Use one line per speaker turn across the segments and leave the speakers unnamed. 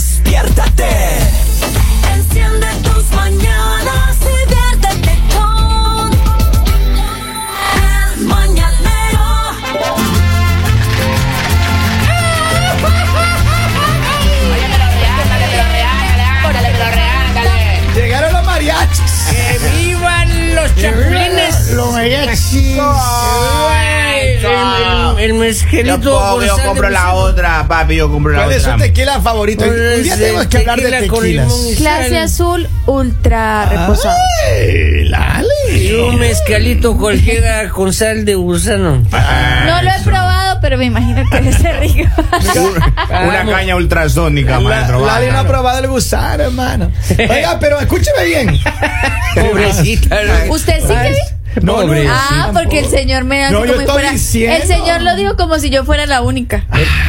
Diviértate. Enciende tus mañanas y viértete con El Mañanero.
Llegaron los mariachis.
¡Que vivan los chapulines!
Los mariachis.
Ay, El, el, el mezcalito
Yo, puedo,
con sal
yo
de
compro la
mesero.
otra, papi, yo compro la
¿Cuáles
otra.
son tequilas favoritas?
Pues,
Un día tenemos que hablar de
tequila con
tequilas.
limón y
Clase
sal.
azul ultra
Ah,
reposada.
Ay,
Y
Lali.
un mezcalito cualquiera con sal de gusano.
No lo he probado, pero me imagino que debe ser rico.
Una
Vamos.
caña ultrasónica, maestro. va.
Lali no ha probado el gusano, hermano. Oiga, pero escúcheme bien.
Pobrecita.
Pues,
¿no?
¿Usted sí que vi?
No, no,
Pobre.
Ah, porque el señor me hace
ah, No, yo
como si
estoy
fuera.
diciendo.
El señor lo dijo como si yo fuera la única.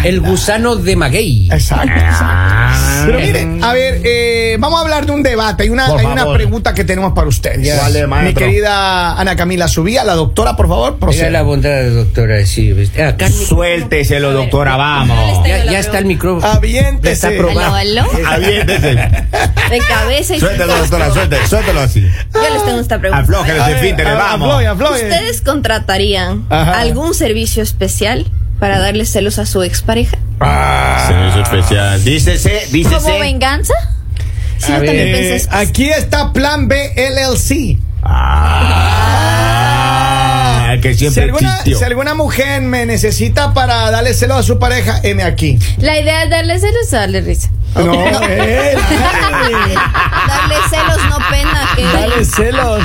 El, el gusano de maguey.
Exacto,
Ah.
exacto. Pero
Mm.
mire, a ver, eh, vamos a hablar de un debate. Hay una,
Por
hay una
favor.
pregunta que tenemos para ustedes.
¿Cuál es,
Mi
maestro?
querida Ana Camila Subía, la doctora, por favor,
Mira la
proceda.
bondad, doctora. Sí, ¿viste? Acá el micrófono.
Suélteselo, doctora, vamos.
ya, ya está el micrófono.
Aviéntese.
Ya está probado.
¿Aló, aló?
Aviéntese.
De cabeza y sin
Suéltelo,
rostro.
doctora, suéltelo, suéltelo así.
Yo les tengo esta pregunta.
Aflójale
A
ese
ver,
fintere,
a-
vamos.
afloje, afloje.
¿Ustedes contratarían
eh. Ajá.
algún servicio especial para darle celos a su expareja?
Servicio especial. Ah. Dícese,
¿Como
dícese.
venganza?
Si
A
yo también
ver.
pensé-
Aquí está Plan B LLC.
Ah, el que
Si
siempre
alguna,
existió.
si alguna mujer me necesita para darle celos a su pareja, M aquí.
La idea es darle celos o darle risa.
No, eh,
darle celos no pena que
dale celos.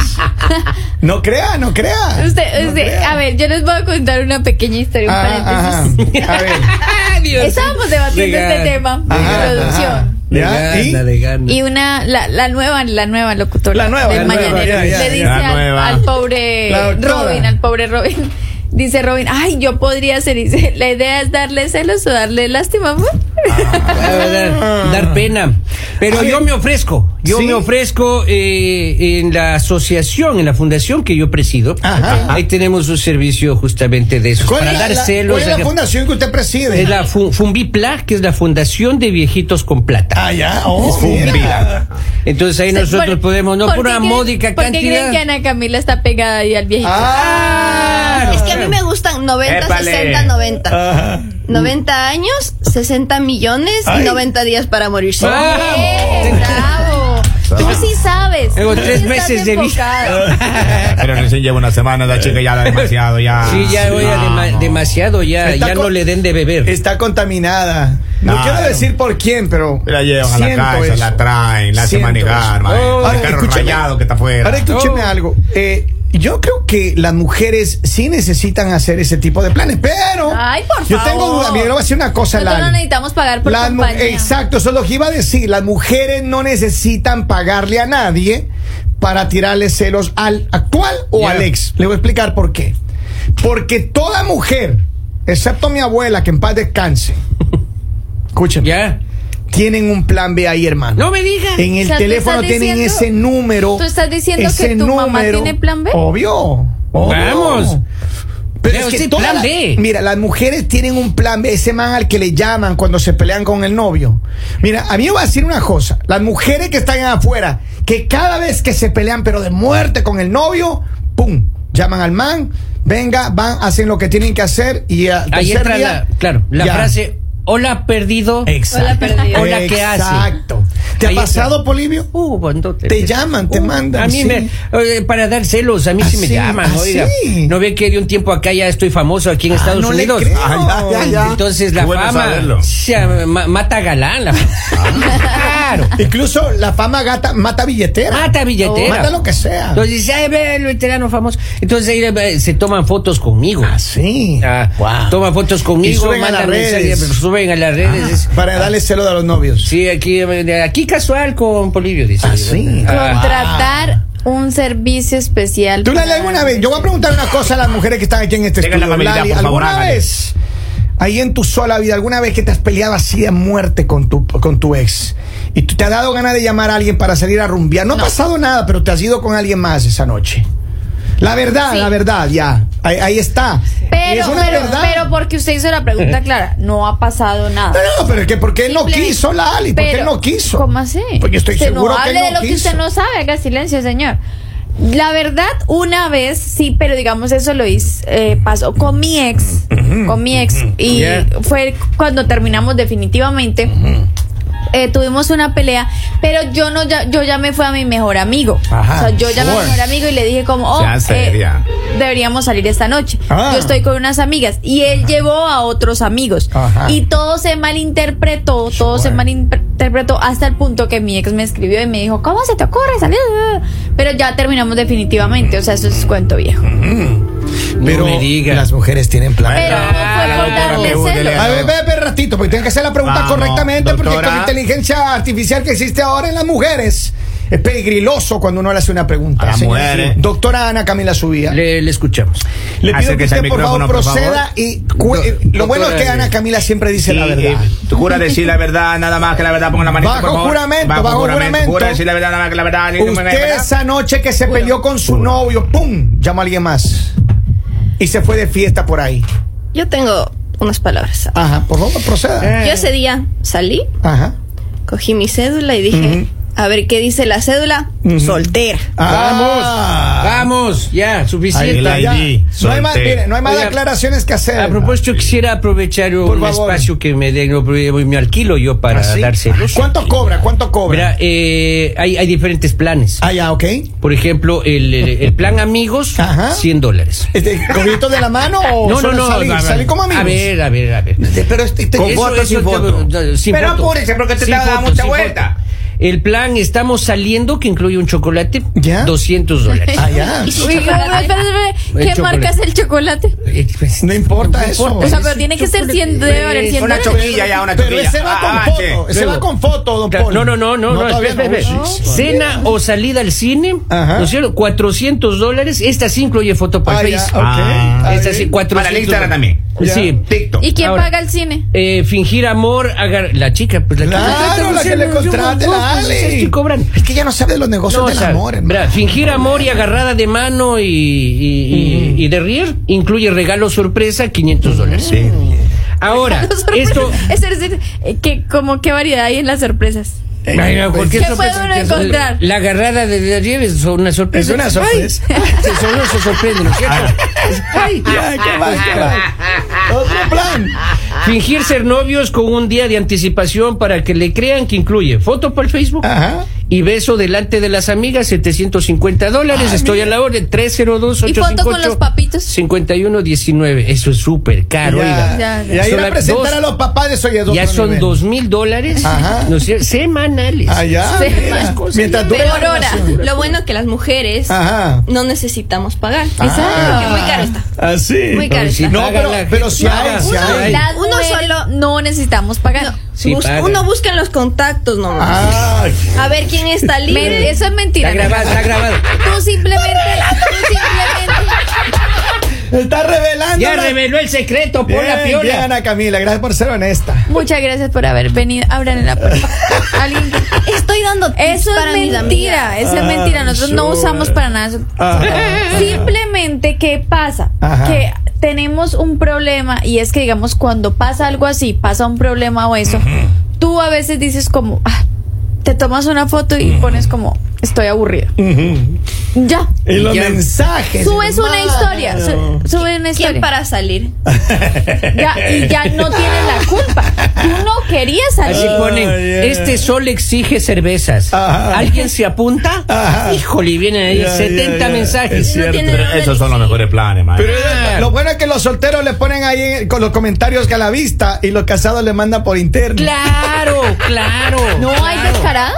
No crea, no crea.
Usted, usted- a ver, yo les voy a contar una pequeña historia, un
Ah,
paréntesis.
ajá. A ver.
Ah, Dios.
Estábamos debatiendo
Legal.
este tema
Ajá,
en producción.
ajá.
De
¿Ya?
gana,
¿Y?
de gana.
Y una, la, la nueva, la nueva locutora
La nueva,
del
la nueva,
mañanero.
ya, ya,
le
ya.
dice
La
al,
nueva.
al pobre
La doctora.
Robin, al pobre Robin. Dice Robin, ay, yo podría ser. Dice, la idea es darle celos o darle lástima, amor.
Ah, dar, dar pena. Pero yo me ofrezco, yo
Sí.
me ofrezco eh, en la asociación, en la fundación que yo presido.
Ajá.
Ahí tenemos un servicio justamente de eso.
¿Cuál
Para
es la,
dar
la-
celos.
cuál es la
a que-
fundación que usted preside?
es la fu- Fumbipla, que es la Fundación de Viejitos con Plata.
Ah, ya. Oh,
Es un
mira.
vida.
Entonces ahí nosotros
Por-
podemos, no
¿por
por
qué
una
creen-
módica
¿Por qué creen que
cantidad.
Ana Camila está pegada ahí al viejito?
Ah,
Es que a mí me gustan 90,
Épale.
60, 90.
Ajá.
90 años, 60 millones
Ay.
y 90 días para morirse.
Ah.
¡Eh, bravo! Tú sí sabes.
Tengo
tú sí
tres
estás
meses de
enfocada.
Pero recién lleva una semana, la chica ya la demasiado, ya. Ah.
Sí, ya voy a dema-
Vamos.
demasiado, ya,
Ah. Está
ya
con-
no le den de beber.
Está contaminada. No
Claro.
quiero decir por quién, pero.
La llevan a la
siento
casa,
eso.
la traen, la hacen
Siento
manejar,
eso.
maestro.
Ahora,
el carro
escúchame.
rayado que está afuera.
Ahora escúcheme
Oh.
algo. Eh, yo creo que las mujeres sí necesitan hacer ese tipo de planes, pero.
Ay, por
Yo
favor.
tengo duda. Mira, le voy a decir una cosa,
Nosotros
Lali.
no necesitamos pagar por
Las mu-
compañía.
Exacto, eso es lo que iba a decir. Las mujeres no necesitan pagarle a nadie para tirarle celos al actual o
Ya.
al ex. Le voy a explicar por qué. Porque toda mujer, excepto mi abuela, que en paz descanse, escúchame,
Ya.
tienen un plan B ahí, hermano.
No me digas.
En el
O sea, tú
teléfono
estás
tienen
diciendo-
ese número.
tú estás diciendo que
ese
tu mamá tiene plan B?
Obvio. obvio.
Vamos.
Pero
Pero
es que
sí,
todas
plan
las-
B.
mira, las mujeres tienen un plan B, ese man al que le llaman cuando se pelean con el novio. Mira, a mí me voy a decir una cosa, las mujeres que están afuera, que cada vez que se pelean pero de muerte con el novio, pum, llaman al man, venga, van, hacen lo que tienen que hacer y ah,
Ahí
tercer
entra
día,
la, claro, la
ya.
frase, hola perdido.
Hola, perdida.
Hola, ¿qué hace?
Exacto. ¿Te
Ahí
ha
está.
pasado, Polivio?
Uh, cuando Uh,
Te llaman, te mandan,
A mí
sí.
me, eh, para dar celos, a mí sí me
Así,
llaman,
así.
oiga. No ve que de un tiempo acá ya estoy famoso aquí en Estados
Ah, no le
Unidos.
creo.
Ah, ya, ya, ya.
Entonces
Qué
la
bueno
fama
saberlo.
se, ma- mata galán. La
Ah.
claro.
Incluso la fama gata mata billetera.
Mata billetera.
Mata lo que sea.
Entonces dice, ay, ve el veterano famoso. Entonces ahí eh, se toman fotos conmigo.
Así.
Ah, Toman fotos conmigo,
Y suben a
mandan
las redes. Ah.
mensajes, suben a las redes. es-
Para darle celo a los novios.
Sí, aquí, eh, aquí casual con Polivio, dice.
Ah, sí.
Contratar un servicio especial.
Tú la
para-
lees alguna vez. Yo voy a preguntar una cosa a las mujeres que están aquí en este
Tengan la
estudio.
amabilidad,
Lali,
por favor,
¿Alguna
hágale.
vez, ahí en tu sola vida, alguna vez que te has peleado así de muerte con tu, con tu ex? Y tú te has dado ganas de llamar a alguien para salir a rumbear. No, ha pasado nada, pero te has ido con alguien más esa noche. La verdad,
Sí.
la verdad, ya. Ahí, ahí está.
Pero,
es una
pero,
verdad.
pero porque usted hizo la pregunta clara, no ha pasado nada.
No, no, pero es que porque él no
Simple-
quiso, Lali, porque
Pero,
él no quiso.
¿Cómo así?
Porque estoy
Usted
seguro
no
que él
hable
no
de lo que
quiso.
usted no sabe, haga silencio, señor. La verdad, una vez sí, pero digamos eso lo hice, eh, pasó con mi ex, con mi ex y
Yeah.
fue cuando terminamos definitivamente. Eh, tuvimos una pelea, pero yo no ya, yo ya me fui a mi mejor amigo.
Ajá,
o sea, yo llamé a mi
sure.
mejor amigo y le dije como, oh,
Sea
eh,
seria.
deberíamos salir esta noche.
Ah.
Yo estoy con unas amigas y él llevó a otros amigos
Ajá.
y todo se malinterpretó, todo se
Sure.
malinterpretó hasta el punto que mi ex me escribió y me dijo, ¿cómo se te ocurre salir? Pero ya terminamos definitivamente, o sea, eso es cuento viejo.
Pero
me diga.
las mujeres tienen plan.
Pero no
Ah, la
fue por
doctora
darle
Lebu de
celos.
León.
A ver, ve, ve, ratito, porque tengo que hacer la pregunta
Vamos,
correctamente, porque con
doctora.
la inteligencia artificial que existe ahora en las mujeres, es pegriloso cuando uno le hace una pregunta.
A las
señor.
mujeres.
Doctora Ana Camila Subía. Le,
Le, le escuchamos.
pido que
acérquese al
usted, por favor,
micrófono, por favor.
proceda y cu-
Do-
eh, lo bueno es que
doctora,
Ana Camila siempre dice
Sí,
la verdad.
eh, tú jura decir la verdad, nada más que la verdad, ponga la manita,
Bajo
por favor.
juramento, bajo juramento.
Jura decir la verdad, nada más que la verdad. ninguna
Usted
verdad.
esa noche que se peleó con su novio, ¡pum! Llamó a alguien más. Y se fue de fiesta por ahí.
Yo tengo unas palabras.
Ajá, por favor, proceda.
Eh,
Yo ese día salí,
Ajá.
cogí mi cédula y dije, a ver qué dice la cédula.
Ujú.
Soltera.
Vamos,
Ah.
vamos, ya,
Ahí
suficiente.
está,
El
ya.
ID,
No hay más,
soltero.
mire, no hay más
Oiga,
declaraciones que hacer.
A propósito, quisiera aprovechar
Por
un
favor.
espacio que me den, lo- me alquilo yo para
¿Ah, sí?
dárselos.
¿Cuánto cobra? ¿Cuánto
Mira,
cobra?
eh, hay, hay diferentes planes.
Ah, ya, ok.
Por ejemplo, el, el- el plan amigos,
Ajá.
100 dólares.
Este, ¿Cogito de la mano o
No, no,
solo
no.
salir?
a ver,
¿Salir como amigos?
A ver, a ver, a ver.
Este, Pero este, este-
Con
eso-
foto, sin
te-
foto.
sin
Pero
foto.
apúrese, porque te
Sin
está dando
foto,
mucha
sin
vuelta.
foto. El plan estamos saliendo que incluye un chocolate,
¿Ya?
200 dólares.
Ah, ya.
Uy, espera, espera, espera,
El
¿Qué
chocolate.
marca es el chocolate?
Eh, pues,
No importa eso.
O sea, pero tiene que ser 100 dólares, 100
Una
dólares.
choquilla ya, una
Pero
choquilla.
ese va
Ah,
con
che.
foto. Ese
Luego.
va con foto, don
Claro,
Paul.
No, no, no, no, no,
todavía
espera, espera,
no. Ah,
espera. Cena o salida al cine,
Ajá.
¿no es cierto? 400 dólares. Esta sí incluye foto para
Ah, ya,
Facebook.
ok.
Ah.
Ah,
Esta
bien.
sí, 400.
Para el Instagram también.
Ya.
Sí.
TikTok.
¿Y quién
Ahora.
paga el cine?
Eh, fingir amor, agar- la chica, pues la
Claro, la que le contrate, la Ale.
Estoy cobrando.
Es que ya no sabe de los negocios
No,
del
o sea,
amor, hermano.
verá, fingir amor y agarrada de mano y, y- y- y de rier incluye regalo sorpresa 500 dólares.
Sí.
Ahora,
Las sorpresas.
esto.
Es decir, eh, que como qué variedad hay en las sorpresas.
Eh,
Ay, no,
pues,
¿por
¿Qué
sorpresa?
puede uno encontrar?
La agarrada de, de rier es una
Es
sorpresa.
una sorpresa. Ah.
Ay, se- se- uno se sorprende, ¿no es cierto? Ay,
Ah,
pues,
Ya, ¿qué más, qué más? Otro plan.
Fingir ser novios con un día de anticipación para que le crean que incluye foto para el Facebook
Ajá.
y beso delante de las amigas, 750 dólares. Estoy a la orden, 302
¿Y foto con los papitos?
5119. Eso es súper caro,
Ya,
oiga.
Ya, ya.
Y ahí va a
Sola-
presentar
dos-
a los papás de Soy
Ya son dos mil dólares
Ajá. eh,
¿no es cierto? semanales.
Allá.
Sí,
más cosas.
Ah, Mientras dure
Pero
la
ahora,
relación.
lo bueno que las mujeres
Ajá.
no necesitamos pagar.
Ah.
Porque muy caro está.
Así.
Muy caro
Pobrecita.
está.
No, pero,
Págala,
pero si
págala.
hay, si hay.
Las
Uno
mujeres
solo-
no necesitamos pagar.
Sí,
Bus-
pagan.
uno busca en los contactos nomás.
Ah,
A ver quién está
Me-
libre.
eso es mentira.
Está grabado, está grabado.
Tú simplemente, tú simplemente.
está revelando.
Ya
la-
reveló el secreto, por
Bien,
la
bien,
piola.
Ana Camila, gracias por ser honesta.
Muchas gracias por haber venido. Ábranle la puerta. Alguien.
Estoy dando tips
Eso
para
es
mis
mentira, eso es
Ah,
mentira. Nosotros no
sure.
usamos para nada. eso.
Ah.
Simplemente, ¿qué pasa?
Ajá.
Que tenemos un problema y es que, digamos, cuando pasa algo así, pasa un problema o eso, tú a veces dices como, "Ah", te tomas una foto y pones como, estoy aburrida. Ya.
Y los
Ya.
mensajes.
Subes una historia,
hermano.
su- subes una
¿Quién
historia
para salir?
ya, y ya no tienes la culpa. Tú no querías
Así
salir.
ponen,
Ah, yeah.
este sol exige cervezas.
Ajá.
¿Alguien se apunta?
Ajá.
Híjole, vienen ahí
Yeah,
70
yeah, yeah. Es
mensajes. Ah.
cierto.
tiene
Pero
dónde
esos son los mejores planes, man.
Pero es- lo bueno es que los solteros le ponen ahí en- con los comentarios que a la vista y los casados le mandan por interno.
Claro, claro.
No hay
claro.
descarados.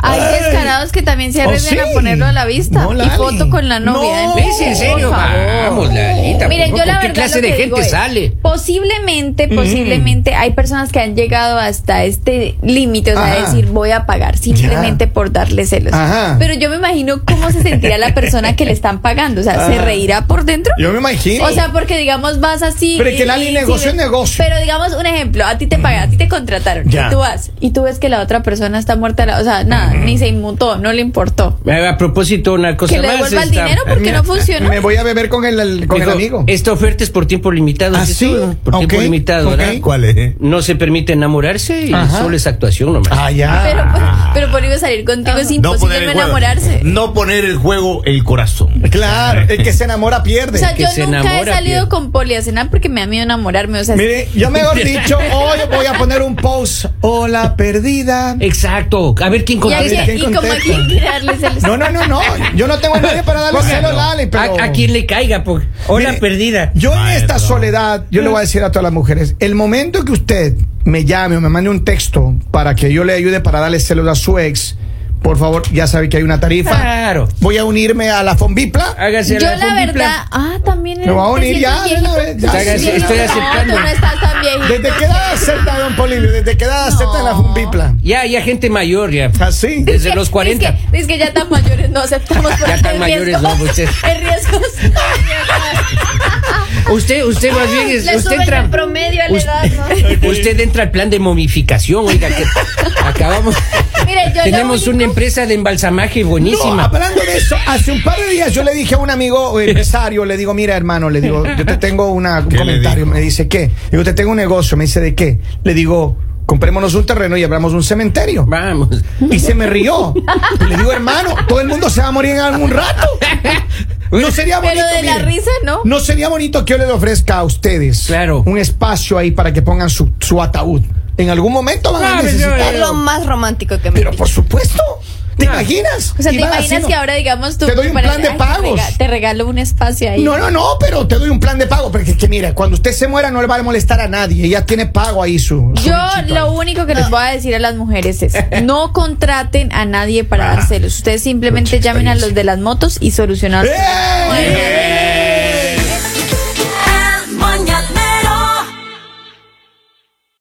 Hay
Ay.
descarados que también se arriesgan
Oh, sí.
a ponerlo a la vista.
No,
y
Lali.
foto con la novia.
No.
Entonces,
¿Es en serio?
por favor.
Vamos, Lalita. por
Miren,
favor,
yo la
¿con
verdad
¿Qué clase
lo
de
que
gente
digo es,
sale? Mm.
Posiblemente, posiblemente hay personas que han llegado hasta este límite, o sea,
Ajá.
decir voy a pagar simplemente por darle celos.
Ajá.
Pero yo me imagino cómo se sentirá la persona que le están pagando, o sea, se
Ah.
Ajá.
reirá por dentro.
Yo me imagino.
O sea, porque digamos vas así.
Pero es que Lali, negocio
sí,
es negocio.
Pero digamos un ejemplo, a ti te pagan, a ti te contrataron.
Ya.
Y tú vas y tú ves que la otra persona está muerta, la- o sea, nada, nada, ni se inmutó, no le importó.
Eh, A propósito, una cosa
Que le
más.
devuelva el
esta-
dinero porque no funcionó.
Me voy a beber con el, el- con el
Dijo,
amigo.
Esta oferta es por tiempo limitado.
¿Ah,
¿sí?
sí?
Por
Ok,
tiempo limitado,
ok.
¿verdad?
¿Cuál es?
No se permite enamorarse y
Ajá.
solo es actuación nomás.
Ah, ya.
Pero, pues, pero por iba a salir contigo es imposible no
juego-
enamorarse.
No poner en juego el corazón.
Claro, el que se enamora pierde.
O sea,
que
yo
se
nunca
enamora,
he salido
Pierre.
con Poli a cenar porque me da miedo enamorarme. O sea,
Mire, yo mejor dicho, hoy voy a poner un post. Hola, perdida.
Exacto. A ver quién
y, a
ver,
contesta.
¿quién
quién- y como a
contesta?
quién tirarle celos.
No, no, no, no. Yo no tengo a nadie para darle celo a Ale, pero.
A, a quien le caiga, por Hola,
Mire,
perdida.
Yo en
Maestro.
esta soledad, yo le voy a decir a todas las mujeres, el momento que usted me llame o me mande un texto para que yo le ayude para darle celular a su ex, por favor, ya sabe que hay una tarifa.
Claro.
Voy a unirme a la Fombipla.
Hágase
Yo
la
la
Fombiplan.
verdad, ah, también
Me voy a unir ya,
te sientes
de una
viejito.
vez, ya.
Estás
Hágase, estoy
viejito.
aceptando.
No, tú no estás tan viejito.
¿Desde qué edad acepta, don Polibio? ¿Desde qué edad acepta la
No.
Fombipla?
Ya, ya gente mayor, ya.
Así.
Es
Desde
que-
los 40.
Es que, es que ya tan mayores no aceptamos porque
tan
hay
mayores
riesgos.
no, pues, es-
Hay riesgos.
Usted, usted
Ah,
más bien es,
Le
usted
suben
entra.
el promedio a la edad, ¿no?
Usted entra al plan de momificación, oiga, que acabamos.
Mire, yo lo
Tenemos una
único-
empresa de embalsamaje
No,
buenísima.
hablando de eso, hace un par de días yo le dije a un amigo eh, empresario, le digo, mira hermano, le digo, yo te tengo una- un
¿Qué le
comentario,
dijo?
me dice, ¿qué? Digo, te tengo un negocio, me dice, ¿de qué? Le digo, comprémonos un terreno y abramos un cementerio.
Vamos.
Y se me rió. Y le digo, hermano, todo el mundo se va a morir en algún rato. No sería bonito.
Pero de la
mire,
risa, ¿no?
No sería bonito que yo le ofrezca a ustedes
Claro.
un espacio ahí para que pongan su, su ataúd. En algún momento van
No,
a
pues, yo-
necesitar.
Es lo más romántico que me
Pero
han
por supuesto. ¿Te
No.
imaginas?
O sea, ¿te
Y van
imaginas
haciendo-
que ahora, digamos, tú...
Te doy un
para-
plan de
ay, te
pagos.
rega- Te regalo un espacio ahí.
No, no, no, pero te doy un plan de pago. Porque es que, mira, cuando usted se muera no le va a molestar a nadie. Ella tiene pago ahí su. su
Yo
nichito
lo
ahí. ¡Eh!
único que les voy a decir a las mujeres es no contraten a
Ah,
nadie para dar celos. Ustedes simplemente llamen a los de las motos y solucionan.
¡Eh!